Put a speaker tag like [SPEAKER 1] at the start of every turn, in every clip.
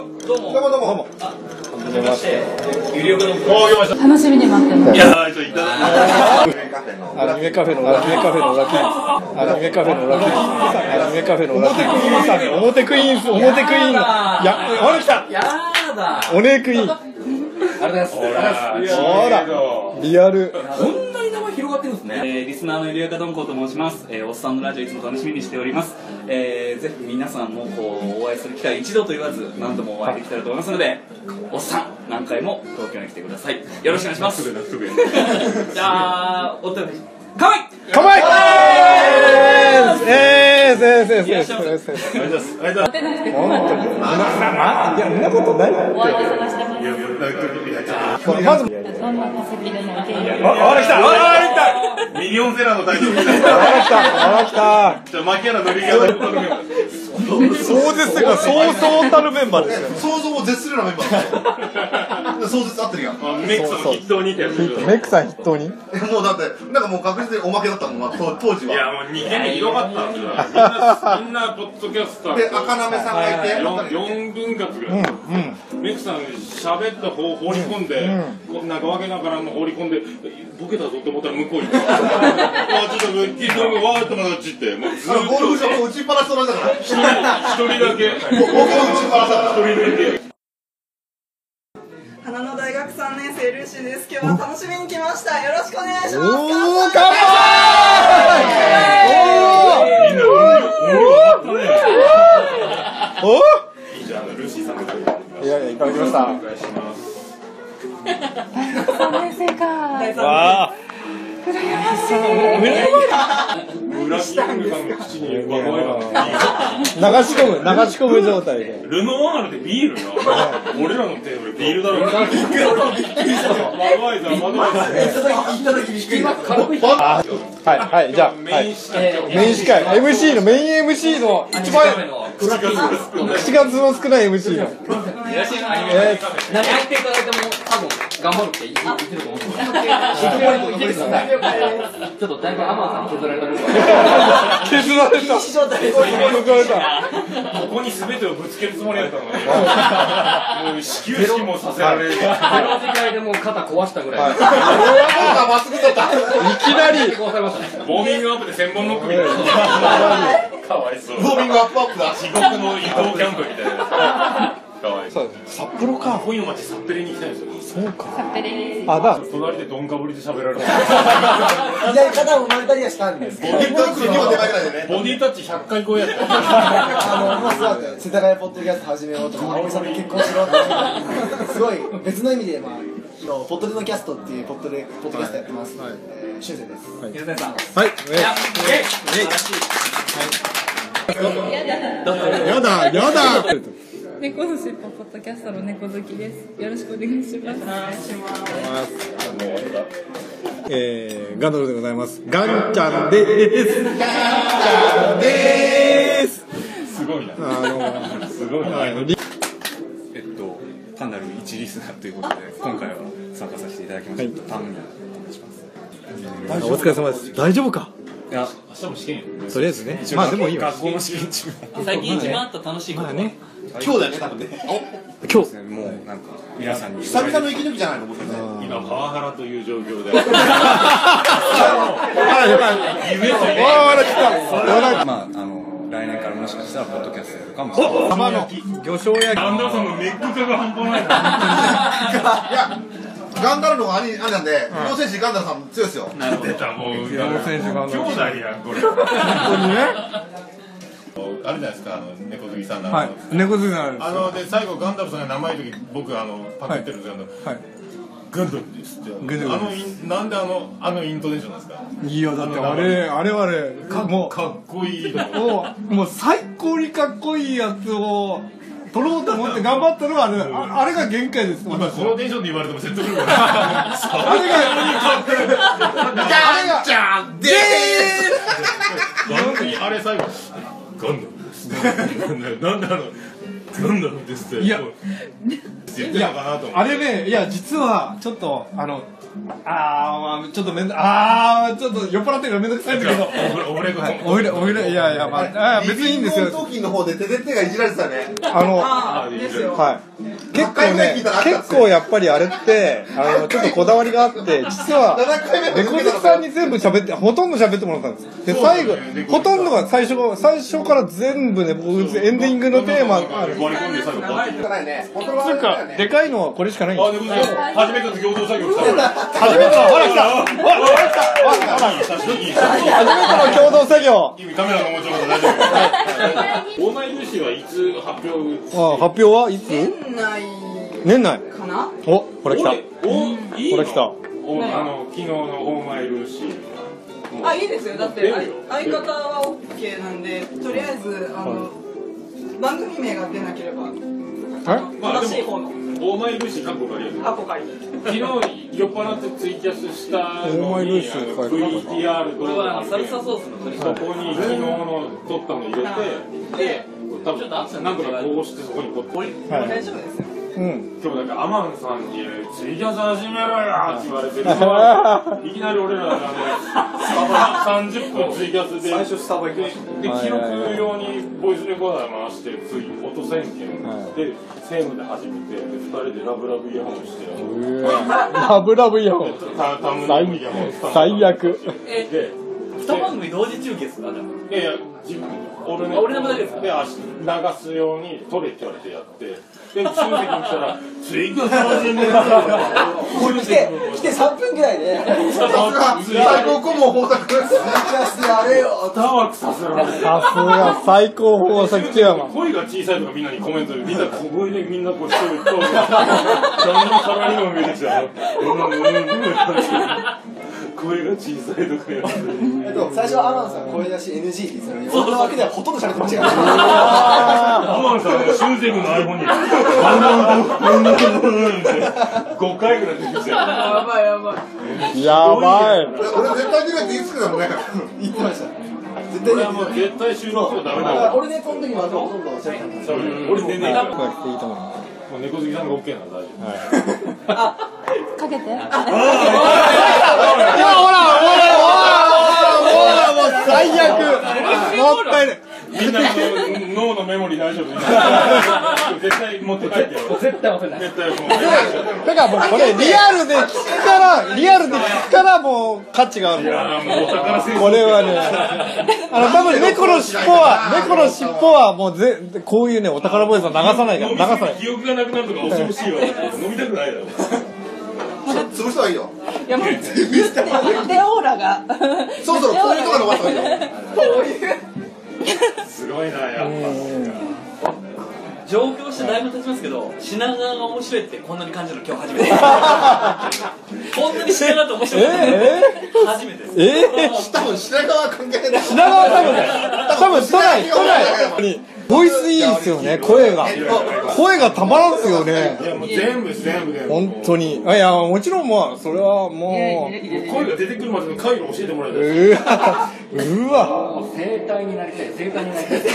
[SPEAKER 1] どうも。どうもどうも。あ、はじめまして。有力の。
[SPEAKER 2] おー来ました
[SPEAKER 3] 楽しみに待ってます。
[SPEAKER 2] やーちょっといただき
[SPEAKER 4] アニメカフェのアニメカフェのラテンアニメカフェのラテンアニメカフェのラテン表クイーン表クイーン表クイーンのいやほら来た
[SPEAKER 1] やーだ。
[SPEAKER 4] おねえクイーン
[SPEAKER 1] ありがとうございます。
[SPEAKER 2] ます
[SPEAKER 4] ほらリアル
[SPEAKER 1] こんなに名前広がってるんですね。
[SPEAKER 5] えー、リスナーのゆりやかどんこうと申します、えー、おっさんのラジオいつも楽しみにしております、えー、ぜひ皆さんもこうお会いする機会一度と言わず何度もお会いできたらと思いますのでおっさん何回も東京に来てくださいよろしくお願いしますじゃあお手紙かわい
[SPEAKER 4] 構ええーすえーすえーすえーすえーすえーす
[SPEAKER 2] ありが
[SPEAKER 3] 待
[SPEAKER 2] とうございますありがとうございます
[SPEAKER 3] ってない。
[SPEAKER 4] 本当にまあまあいやそんなことない
[SPEAKER 3] お会いを探してま
[SPEAKER 2] いやいやいやいや
[SPEAKER 4] まず
[SPEAKER 3] す。どんな化石でも受け入れる。
[SPEAKER 4] あほら来たほら
[SPEAKER 2] あーいたミリオンセラーのタイトルみたいな
[SPEAKER 4] 来たほら来た
[SPEAKER 2] じゃあ槙原のりが
[SPEAKER 4] 壮絶というかそうそうたるメンバーですよ
[SPEAKER 6] 想像を絶するようなメンバーです想像合ってるやんも
[SPEAKER 2] メイクさんの筆頭にってやつでしょ
[SPEAKER 4] メックさん筆頭に
[SPEAKER 6] うだってなんかもう確実におまけだったもんな当当時
[SPEAKER 2] いや
[SPEAKER 6] は
[SPEAKER 2] もう2軒目ひどかったんですよみんなみんなポッドキャスター
[SPEAKER 6] で赤なめさんがいて
[SPEAKER 2] 四四分割ぐらい、メクさん喋った方を放り込んで、こん、なんかわけなからんの放り込んでボケたぞと思ったら向こう行ったあちょっと聞いてみわーっと友達ってもうず
[SPEAKER 6] あ
[SPEAKER 2] ーっ
[SPEAKER 6] のゴルフ場も打ちっぱなしと同じだから
[SPEAKER 2] と一人だけ一
[SPEAKER 6] 僕も打ちっぱなしだから
[SPEAKER 2] 人だけ
[SPEAKER 7] 花の大学3年生ルーシーです今日は楽しみに来ましたよろしくお願いします
[SPEAKER 4] おー
[SPEAKER 7] 乾
[SPEAKER 4] 乾
[SPEAKER 7] 杯
[SPEAKER 4] 杯
[SPEAKER 2] みんなおお
[SPEAKER 4] おーおー
[SPEAKER 2] いいじゃんルーシーさんが
[SPEAKER 4] いやいや、いただきました。
[SPEAKER 2] お願いします
[SPEAKER 3] 三年生か。
[SPEAKER 4] わあ、
[SPEAKER 2] 裏キングさんの口にわがわが
[SPEAKER 4] 流し込む、流し込む状態で。
[SPEAKER 2] ルノワールでビールな 俺らのテーブルビールだろびっくりしたまだいだまだいだ
[SPEAKER 4] はい、はい、じゃあ、は
[SPEAKER 2] メイン
[SPEAKER 4] い。
[SPEAKER 2] しか
[SPEAKER 4] メイン司会、MC の、メイン MC の、一番、
[SPEAKER 1] いらっし
[SPEAKER 4] 口数の少ない MC の。
[SPEAKER 1] ゃいませ。
[SPEAKER 4] え
[SPEAKER 1] 何やっていただいても多分頑張るって言ってると思うんですよ。引きこもりもいけるんで。ちょっとだいぶアマンさん削られた部分は。
[SPEAKER 4] ー、削られた。削られた。
[SPEAKER 2] ここに全てをぶつけるつもりだったのねもう始球式もさせられる
[SPEAKER 1] ゼロ次回でもう肩壊したぐらい。
[SPEAKER 6] あまっすぐだった
[SPEAKER 4] いきなり、
[SPEAKER 1] 壊されましたね。
[SPEAKER 2] ウォーミングアップで千本ノックみたいなかわいそう
[SPEAKER 6] ウォーミングアップアップだ
[SPEAKER 2] 地獄の移動キャンプみたいなかわいそう
[SPEAKER 4] 札幌か。
[SPEAKER 2] 恋の街サッペリに行きたいんです
[SPEAKER 4] そ
[SPEAKER 2] よ
[SPEAKER 4] うか。
[SPEAKER 3] カッペリー。
[SPEAKER 4] あ、だ。
[SPEAKER 2] 隣でドンかぶりで喋られて
[SPEAKER 8] 左肩を生まれたりはしたんですけど、
[SPEAKER 6] ヘッドクリームはでかいぐらいでね
[SPEAKER 2] ボディタッチ100回超えやった
[SPEAKER 8] あの、まあ、そうだって、世田谷ポッドキャスト始めようとか、葵さんと結婚しろって、すごい別の意味で、まあ、あのポッドでのキャストっていうポッドで、ポッドキャストやってます。えー、しゅうせいです。
[SPEAKER 1] 水谷さん。
[SPEAKER 4] はい、やだ、やだ。
[SPEAKER 3] 猫のしっぽポッドキャストの猫好きです。よろしくお願いします。
[SPEAKER 4] えー、ガンダルフでございます。ガンちゃんでーす。ガンちゃんでーす。
[SPEAKER 2] すごいな
[SPEAKER 4] あの、
[SPEAKER 2] すごいな
[SPEAKER 4] あの、リ
[SPEAKER 9] えっと、単なる一リスナーということで、今回は参加させていただきました。タンニャと申します。
[SPEAKER 4] お疲れ様です。大丈夫か
[SPEAKER 9] いや、
[SPEAKER 2] 明日も試験よ
[SPEAKER 4] とりあえずね。まあでもいいわ
[SPEAKER 9] 学。校の試験中
[SPEAKER 5] 最近一番あった楽しいこと
[SPEAKER 4] まあね。
[SPEAKER 6] 今日だよね多分ね
[SPEAKER 4] 今日。
[SPEAKER 9] もうなんか、皆さんに。
[SPEAKER 6] 久々の息抜きじゃないの僕ね
[SPEAKER 2] 今パワハラという状況で
[SPEAKER 4] あ、やばい。
[SPEAKER 2] 夢と
[SPEAKER 4] ああ、笑った。笑っ
[SPEAKER 9] まあ、あの、来年からもしかしたら、ポッドキャストやるかもしれない。
[SPEAKER 4] た。浜の魚醤焼
[SPEAKER 2] アンダーさんのネック化が半端ない
[SPEAKER 6] いやガンダルの方が兄兄なんで宇野選手ガンダルさん強いですよ
[SPEAKER 2] 出たもう兄弟
[SPEAKER 4] 山本選手が
[SPEAKER 2] やんこれ
[SPEAKER 4] きね。
[SPEAKER 2] あるじゃないですかあの猫好きさんの、
[SPEAKER 4] はい。猫好きなんです
[SPEAKER 2] あので最後ガンダルさんが名前の時僕あのパクってるんですけど、
[SPEAKER 4] はい。
[SPEAKER 2] ガンダルですってあ
[SPEAKER 4] ダルです
[SPEAKER 2] のインなんであのあのイントネーションなんですか
[SPEAKER 4] いいよ、だってあれ、あれはあれ、も
[SPEAKER 2] かっこいいと
[SPEAKER 4] う、もう、もう最高にかっこいいやつを、取ろうと思って頑張ったのはあれ、ああれが限界です。
[SPEAKER 2] 今このテンションで言われても説得力ない
[SPEAKER 4] あれが、あれが、
[SPEAKER 6] じゃんで
[SPEAKER 2] 番組あれ最後ガンダムですなんであのガンダムですって
[SPEAKER 4] いや
[SPEAKER 2] 言っ
[SPEAKER 4] い
[SPEAKER 2] てたかな
[SPEAKER 4] や
[SPEAKER 2] と思
[SPEAKER 4] あ
[SPEAKER 2] って
[SPEAKER 4] れねいや実はちょっとあのあー、まあ、ちょっとめんどあーちょっと酔っ払ってるからめんどくさいんだけど
[SPEAKER 2] 俺俺が
[SPEAKER 4] おいれおいれいやいやまああー別にいいんです
[SPEAKER 6] リビング
[SPEAKER 4] よ
[SPEAKER 6] トーキンの方でテテテがいじられてたね。
[SPEAKER 4] あの
[SPEAKER 7] あーですよ。
[SPEAKER 4] はい、結構ね、結構やっぱりあれって、あのちょっとこだわりがあって、実は
[SPEAKER 6] 7回目の
[SPEAKER 4] 猫好きさんに全部喋って、ほとんど喋ってもらったんです。で、最後、ほとんどが最初が、最初から全部ね、僕、エンディングのテーマ、ある
[SPEAKER 2] 割り込んで最後バッて
[SPEAKER 6] じゃないね。本当
[SPEAKER 4] つうか、でかいのはこれしかないんで
[SPEAKER 2] あ、
[SPEAKER 4] す。
[SPEAKER 2] でもね初めての共同作業した
[SPEAKER 4] 初めての、ほら来た、ほらほら来た、ほらほら
[SPEAKER 2] 俺
[SPEAKER 4] 初めての共同作業。
[SPEAKER 2] 君カメラの持ち物大丈夫オーナー融資はいつ発表
[SPEAKER 4] あ発表はいつ
[SPEAKER 7] 年内
[SPEAKER 4] 年内。
[SPEAKER 7] かな
[SPEAKER 4] お、これ来た。
[SPEAKER 2] おいい
[SPEAKER 4] こ
[SPEAKER 2] の
[SPEAKER 4] れ来た
[SPEAKER 2] おあの昨日のオーマイ融資
[SPEAKER 7] あ、いいですよ。だってあい相方は OK なんで、とりあえずあの番組名が出なければ
[SPEAKER 2] まあで
[SPEAKER 7] 正しい方の
[SPEAKER 2] もオーマイ融資過去からやる
[SPEAKER 7] アポカリ。
[SPEAKER 2] 昨日酔っ払ってツイキャスした
[SPEAKER 4] オー
[SPEAKER 2] の
[SPEAKER 4] マイ
[SPEAKER 2] に
[SPEAKER 4] 融資書いてたな
[SPEAKER 2] VTR
[SPEAKER 1] これ
[SPEAKER 2] 動
[SPEAKER 1] は
[SPEAKER 2] 画
[SPEAKER 1] あのサルサソースの取り
[SPEAKER 2] そこに昨日の撮ったの入れてで多分なんとかこうしてそこにこう
[SPEAKER 4] はい。
[SPEAKER 7] 大丈夫ですよ。
[SPEAKER 4] うん。
[SPEAKER 2] 今日なんかアマンさんに「ツイキャス始めろよ!」って言われて いきなり俺らがあの30分ツイキャスで最初スタバ行きましたで記録用にボイスレコーダー回してつい音宣言でセームで始めてで2人でラブラブイヤホンしてあの
[SPEAKER 4] ラブラブイヤホン。
[SPEAKER 2] タタムのイヤホン
[SPEAKER 4] 最最悪
[SPEAKER 2] でで
[SPEAKER 5] 二番組同時中継するから
[SPEAKER 2] いやいや自分俺
[SPEAKER 5] あ俺のだけですか
[SPEAKER 2] で足流すように取れって言われてやってで親戚に来たら「ツイキャス始めろよ!」
[SPEAKER 8] 来て、来て3分ぐらいで、 ツイ
[SPEAKER 6] 最高顧問報告。
[SPEAKER 8] キャスやれよ
[SPEAKER 2] タワークさせられて
[SPEAKER 4] さすが最高豊作チェアマン
[SPEAKER 2] 声が小さいとかみんなにコメントでみんな小声でみんなこう一人一人と何のサラリーマン見えてきたのうんうんうんうん声が小さいとか言われて
[SPEAKER 8] 最初はアマンさん声出し NG って言ってたのに、俺のわけではほとんど喋ってましたから
[SPEAKER 2] アマンさんがシューゼンの iPhone に5回ぐらい出てきて
[SPEAKER 7] やばいやばい。
[SPEAKER 4] やばい
[SPEAKER 6] 俺絶対見ないって言いつくだもんね。
[SPEAKER 8] 言ってました。絶
[SPEAKER 2] こ
[SPEAKER 8] 対
[SPEAKER 2] れ
[SPEAKER 8] 出
[SPEAKER 2] は
[SPEAKER 8] てく
[SPEAKER 2] もう
[SPEAKER 8] る。
[SPEAKER 2] 絶対収録はダメだよ
[SPEAKER 8] 俺ね、この時もほとんど喋ってたんです。
[SPEAKER 2] 俺寝ないから
[SPEAKER 4] なくていいと思いま
[SPEAKER 2] もう猫好きさんが OK なら大丈夫
[SPEAKER 3] かけて。
[SPEAKER 4] すいやほらほらほらほらほらもう最悪もったいない
[SPEAKER 2] みんなの脳のメモリー大丈夫絶対持って帰ってよ
[SPEAKER 1] 絶対忘れない
[SPEAKER 2] 絶対もう
[SPEAKER 4] だからもうこれリアルで聞くからリアルで聞くからもう価値がある
[SPEAKER 2] あーもうお宝戦争
[SPEAKER 4] これはねあの多分猫の尻尾は猫の尻尾はもうぜこういうねお宝ボイスは流さないから流さない
[SPEAKER 2] 記憶がなくなるとか恐ろしいわ飲みたくないだろ
[SPEAKER 6] 潰した方がいいよ。
[SPEAKER 3] いや、もう、言って、言って、オーラが。
[SPEAKER 6] そろそろこういうとこ伸ばした方がいいよ。
[SPEAKER 2] すごいなやっ
[SPEAKER 5] 上京してだいぶ経ちますけど品川が面白いってこんなに感じるの今日初めてこんなに品川って面白いって初めてです
[SPEAKER 4] ええ
[SPEAKER 6] 多分品川関係ない。
[SPEAKER 4] 品川多分ね多分都内都内ボイスいいですよね声が声がたまらんすよね
[SPEAKER 2] ぱいやもう全部全部で
[SPEAKER 4] 本当にいやもちろんまあそれはもう
[SPEAKER 2] 声が出てくるまでの回路教えてもらいたいです
[SPEAKER 4] うわうわ
[SPEAKER 1] もう生体になりたい生体になりたい
[SPEAKER 4] 絶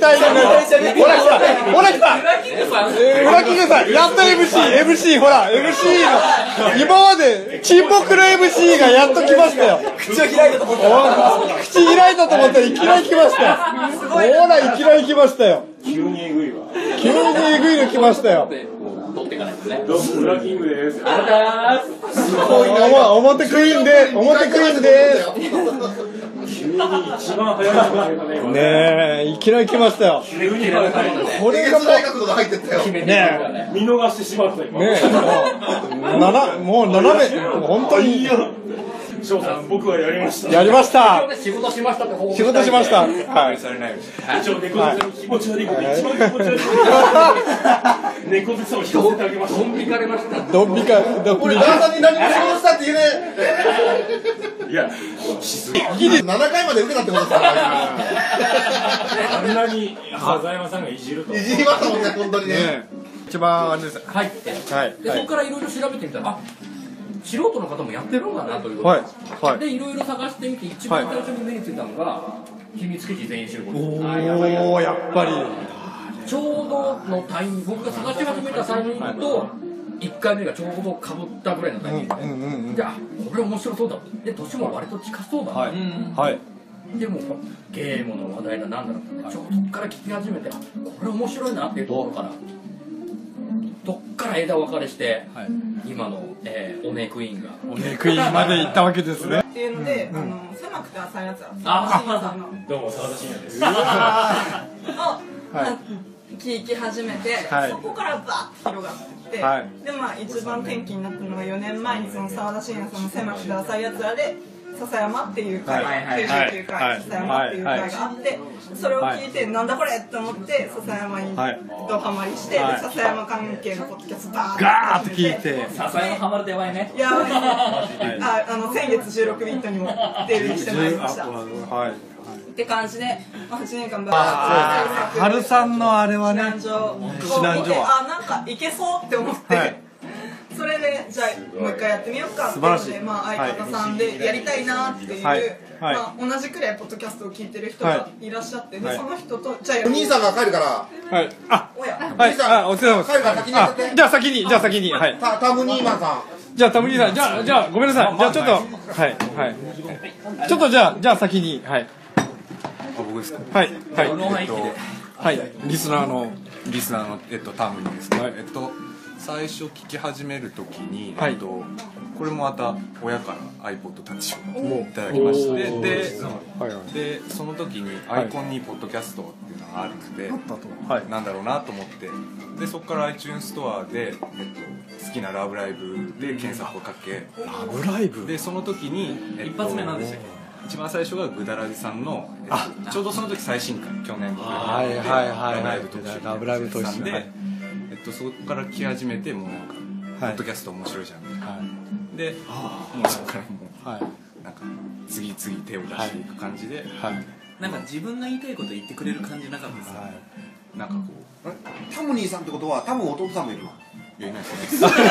[SPEAKER 4] 対にねほらほらほら来た裏切りさんやっと MC MC ほら MC の今までチンポクの MC がやっと来ましたよ
[SPEAKER 8] 口を開いたと思ったら、
[SPEAKER 4] お口開いたと思ったらいきなり来ましたよほらいきなり来ましたよ
[SPEAKER 2] 急にえぐいわ
[SPEAKER 4] 急にえぐいの来ましたよ
[SPEAKER 1] で取っていかないとね
[SPEAKER 2] どうも裏キングです
[SPEAKER 1] ありがとうございます
[SPEAKER 4] お表クイーンで表クイーンで
[SPEAKER 2] 急に一番早いのがね今
[SPEAKER 4] ねえいきなり来ましたよ
[SPEAKER 2] 急に早いの
[SPEAKER 4] こ
[SPEAKER 6] え
[SPEAKER 4] れ
[SPEAKER 6] げ
[SPEAKER 4] が
[SPEAKER 6] つ
[SPEAKER 4] も
[SPEAKER 6] ない角度で入ってったよ。
[SPEAKER 1] 決めていくからね
[SPEAKER 2] 見逃してしまった今
[SPEAKER 4] うねえもうななもう斜め本当に
[SPEAKER 2] 翔さん僕はやりました
[SPEAKER 4] やりました
[SPEAKER 1] 今日で仕事しましたって報告
[SPEAKER 4] 仕事しました
[SPEAKER 1] い
[SPEAKER 4] はい
[SPEAKER 9] されない
[SPEAKER 2] 一応猫好きさんに気持ち悪いこと一番気持ち悪いこと猫好きさんを引かせてあげました
[SPEAKER 1] ドン引かれました
[SPEAKER 4] ドンピカドン
[SPEAKER 6] 俺
[SPEAKER 4] ピ
[SPEAKER 6] 旦那
[SPEAKER 4] カ
[SPEAKER 6] さんに何も仕事したって言えね
[SPEAKER 2] いや
[SPEAKER 6] え。7回まで受けたってことですか
[SPEAKER 2] あんなに風山さんがいじると
[SPEAKER 6] ら。いじりましたもんね本当にね。
[SPEAKER 4] ね一番あれですは
[SPEAKER 1] 入って
[SPEAKER 4] い
[SPEAKER 1] でそこからいろいろ調べてみたらあ素人の方もやってるんだなということで
[SPEAKER 4] はいはい
[SPEAKER 1] でいろいろ探してみて一番最初に目についたのが、秘密基地全員集合
[SPEAKER 4] おおやっぱり
[SPEAKER 1] ちょうどのタイミング僕が探し始めたタイミングと1回目がちょうどかぶったぐらいのタイミングで、
[SPEAKER 4] うんうんうん
[SPEAKER 1] であこれ面白そうだで年も割と近そうだ、
[SPEAKER 9] はい
[SPEAKER 1] うん
[SPEAKER 9] はい
[SPEAKER 1] でもゲームの話題だなんだろうってちょうどこっから聞き始めてあこれ面白いなっていうところからどっから枝分かれして、
[SPEAKER 9] はい
[SPEAKER 1] 今の、えー、オネクイーンが
[SPEAKER 4] おねくいまで行ったわけです ね
[SPEAKER 7] っていうので、あの狭くて浅いやつは
[SPEAKER 1] あ
[SPEAKER 7] 沢田さんの
[SPEAKER 2] どうも澤田信也です
[SPEAKER 7] を、
[SPEAKER 4] はい
[SPEAKER 7] 聞き始めて、
[SPEAKER 4] はい
[SPEAKER 7] そこからバーッと広がってって、
[SPEAKER 4] はい
[SPEAKER 7] でまあ一番転機になったのが4年前にその沢田信也さんの「狭くて浅いやつら」で笹山っていう会、
[SPEAKER 4] はい
[SPEAKER 1] はい
[SPEAKER 7] 99回、
[SPEAKER 4] はい
[SPEAKER 7] 笹山っていう
[SPEAKER 4] はい
[SPEAKER 7] 会があって、それを聞いて、なんだこれって思って笹山に
[SPEAKER 4] はい
[SPEAKER 7] ドハマりして、
[SPEAKER 4] はい
[SPEAKER 7] で笹山関係のポッドキャストバーッと
[SPEAKER 4] ガーッと聞いて
[SPEAKER 5] 笹山ハマるとやばいね
[SPEAKER 7] いやばいああの先月収録ビットにも出演してまいりましたっ
[SPEAKER 4] はい
[SPEAKER 7] て感じで、まあ、8年間バ
[SPEAKER 4] あー春さんのあれは
[SPEAKER 7] 避
[SPEAKER 4] ね
[SPEAKER 7] 難所を見て
[SPEAKER 4] 避難所は
[SPEAKER 7] あなんか行けそうって思って、
[SPEAKER 4] はい
[SPEAKER 7] それでじゃあもう一回やってみようかっていうの
[SPEAKER 4] 素晴らし
[SPEAKER 7] で、
[SPEAKER 4] い
[SPEAKER 7] まあ、相方さんでやりたいなっていう、
[SPEAKER 4] はいはい
[SPEAKER 7] まあ、同じくらいポッドキャストを聞いてる人
[SPEAKER 4] は
[SPEAKER 7] がいらっしゃって、で
[SPEAKER 4] はい
[SPEAKER 7] その人とじゃあや
[SPEAKER 6] お
[SPEAKER 7] ろう
[SPEAKER 6] 兄さんが帰るから、
[SPEAKER 4] はいあ
[SPEAKER 7] おや
[SPEAKER 4] はいあお疲れ様です
[SPEAKER 6] 帰るから先にやっちゃって
[SPEAKER 4] あじゃあ先にじゃあ先にはい
[SPEAKER 6] タタムニーマンさん。
[SPEAKER 4] じゃあタムリーさんじゃあじゃあごめんなさいじゃあちょっとはいはいちょっとじゃあじゃあ先にはい
[SPEAKER 9] あ僕ですか
[SPEAKER 4] はいはい
[SPEAKER 9] えっと
[SPEAKER 4] はいリスナーの
[SPEAKER 9] リスナーの、えっと、タームにですね、
[SPEAKER 4] はい
[SPEAKER 9] えっと最初聞き始めるときに、
[SPEAKER 4] はい
[SPEAKER 9] えっと、これもまた親から iPod タッチをいただきましてで
[SPEAKER 4] はいは
[SPEAKER 9] でその時にアイコンに「ポッドキャスト」っていうのがあるので、
[SPEAKER 4] はい
[SPEAKER 9] なんだろうなと思ってでそこから iTunes ストアで、えっと、好きな「ラブライブ!」で検索をかけ
[SPEAKER 4] ラブライブ
[SPEAKER 9] でその時に、えっと
[SPEAKER 5] 一発目何でしたっ
[SPEAKER 9] 一番最初がぐだらじさんの、えっとちょうどその時最新刊去年の
[SPEAKER 4] はいはいはい
[SPEAKER 9] ラブライブ特集
[SPEAKER 4] ラブライブ特集
[SPEAKER 9] で、
[SPEAKER 4] はい
[SPEAKER 9] えっと、そこから来始めてもうなんか、ポ
[SPEAKER 4] はい
[SPEAKER 9] ッドキャスト面白いじゃんみたいな
[SPEAKER 4] は
[SPEAKER 9] でもうそこからも
[SPEAKER 4] いはいう
[SPEAKER 9] なんか次々手を出していく感じで、
[SPEAKER 4] はい
[SPEAKER 5] なんか自分が言いたいこと言ってくれる感じなかったですか
[SPEAKER 9] なんかこ
[SPEAKER 6] タムニーさんってことは、多分弟さんもいるの。
[SPEAKER 9] ういやいないですね
[SPEAKER 5] コーラ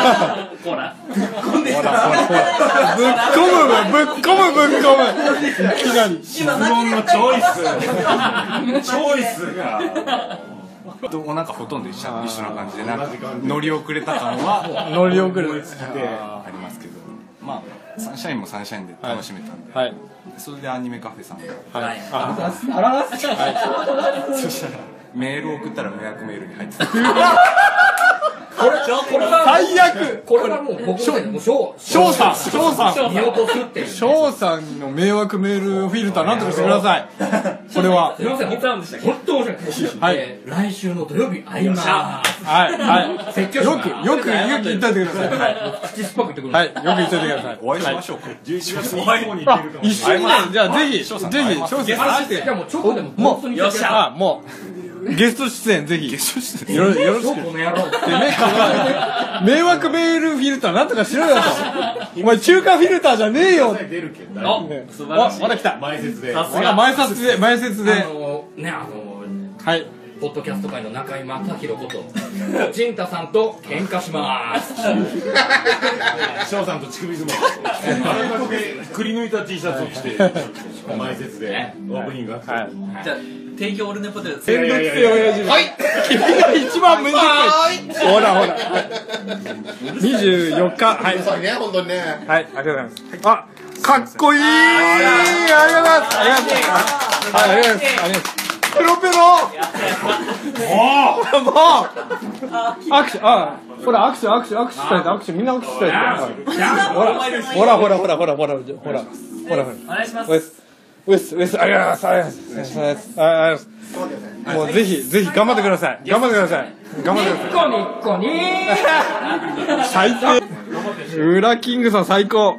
[SPEAKER 4] ほらほらほらぶっ込むぶっ込むぶっ込むいきなり
[SPEAKER 7] 今何が
[SPEAKER 9] チョイスがとなんかほとんど一緒一緒な感じでなんか乗り遅れた 感は
[SPEAKER 4] 乗り遅れた
[SPEAKER 9] 思いつきでありますけどまあサンシャインもサンシャインで楽しめたんで、
[SPEAKER 4] はい
[SPEAKER 9] それでアニメカフェさんが
[SPEAKER 4] はい
[SPEAKER 9] メールを送ったら予約メールに入ってた
[SPEAKER 4] 最悪
[SPEAKER 1] これはもう僕みたいなもう翔
[SPEAKER 4] 翔さん翔さん
[SPEAKER 1] 見落とすっていう
[SPEAKER 4] 翔さんの迷惑メールフィルターなんとかしてくださいこれは
[SPEAKER 1] すみません、本当なんでしたっけ。本当面白い。
[SPEAKER 4] はい
[SPEAKER 1] えー来週の土曜日、会います。
[SPEAKER 4] はいはい
[SPEAKER 1] 説教し
[SPEAKER 4] よ
[SPEAKER 1] ます
[SPEAKER 4] くよくよく言っといてくださいはい
[SPEAKER 1] 口酸っぱく言ってくる。
[SPEAKER 4] はいよく言っといてください
[SPEAKER 9] お会いしましょうか、11月にに行ってるかも
[SPEAKER 4] 一緒にねじゃあぜひぜ
[SPEAKER 9] 翔
[SPEAKER 4] ひ
[SPEAKER 9] さん
[SPEAKER 4] 翔さん来て
[SPEAKER 1] いやもう直でも
[SPEAKER 4] も
[SPEAKER 1] 本当
[SPEAKER 4] う
[SPEAKER 1] に言ってくれた
[SPEAKER 4] あもうゲスト出演ぜひよろよろしく
[SPEAKER 1] 翔この野郎って
[SPEAKER 4] でね、迷惑メールフィルターなんとかしろよと。お前中華フィルターじゃねえよ。
[SPEAKER 2] 出るけど
[SPEAKER 1] あ
[SPEAKER 5] 素晴らしい
[SPEAKER 4] ほら来た。
[SPEAKER 2] 前説で
[SPEAKER 5] さす
[SPEAKER 4] ほら
[SPEAKER 5] が
[SPEAKER 4] 前説で、前説で
[SPEAKER 1] あ。のーねあのー
[SPEAKER 4] はい。
[SPEAKER 1] ポッドキャスト界の中井正広こと陣太さんと喧嘩します。
[SPEAKER 2] 翔さんと乳首相撲あれだけくり抜いた T シャツを着て前説でオープニングがあって
[SPEAKER 4] はい。
[SPEAKER 5] じゃあ提供オルネポテト
[SPEAKER 4] めんどくせえ親父。はい。君が一番めんどくさい。ほらほら。二十四日。はい。
[SPEAKER 6] それね、本当にね。
[SPEAKER 4] はい。ありがとうございます。あ、かっこいい。ありがとうございます。ありがとうございます。はい、ありがとうございます。ありがとうございます。ペロペロ。もう。もう。握手、あ、ほら、握手、握手、握手したいと、握手、みんな握手したいと。はいほら、ほら、ほら、ほら、ほら、ほら、ほら、ほら、ほら。
[SPEAKER 5] お願いします
[SPEAKER 4] ウエス、ウエス、ウエス、ありがとうございます。ありがとうございます。ありがとうございます。もうぜひ、ぜひ頑張ってください。頑張ってください。頑張ってくだ
[SPEAKER 1] ニッコニッコニー。
[SPEAKER 4] さい。最低。ウラキングさん最高。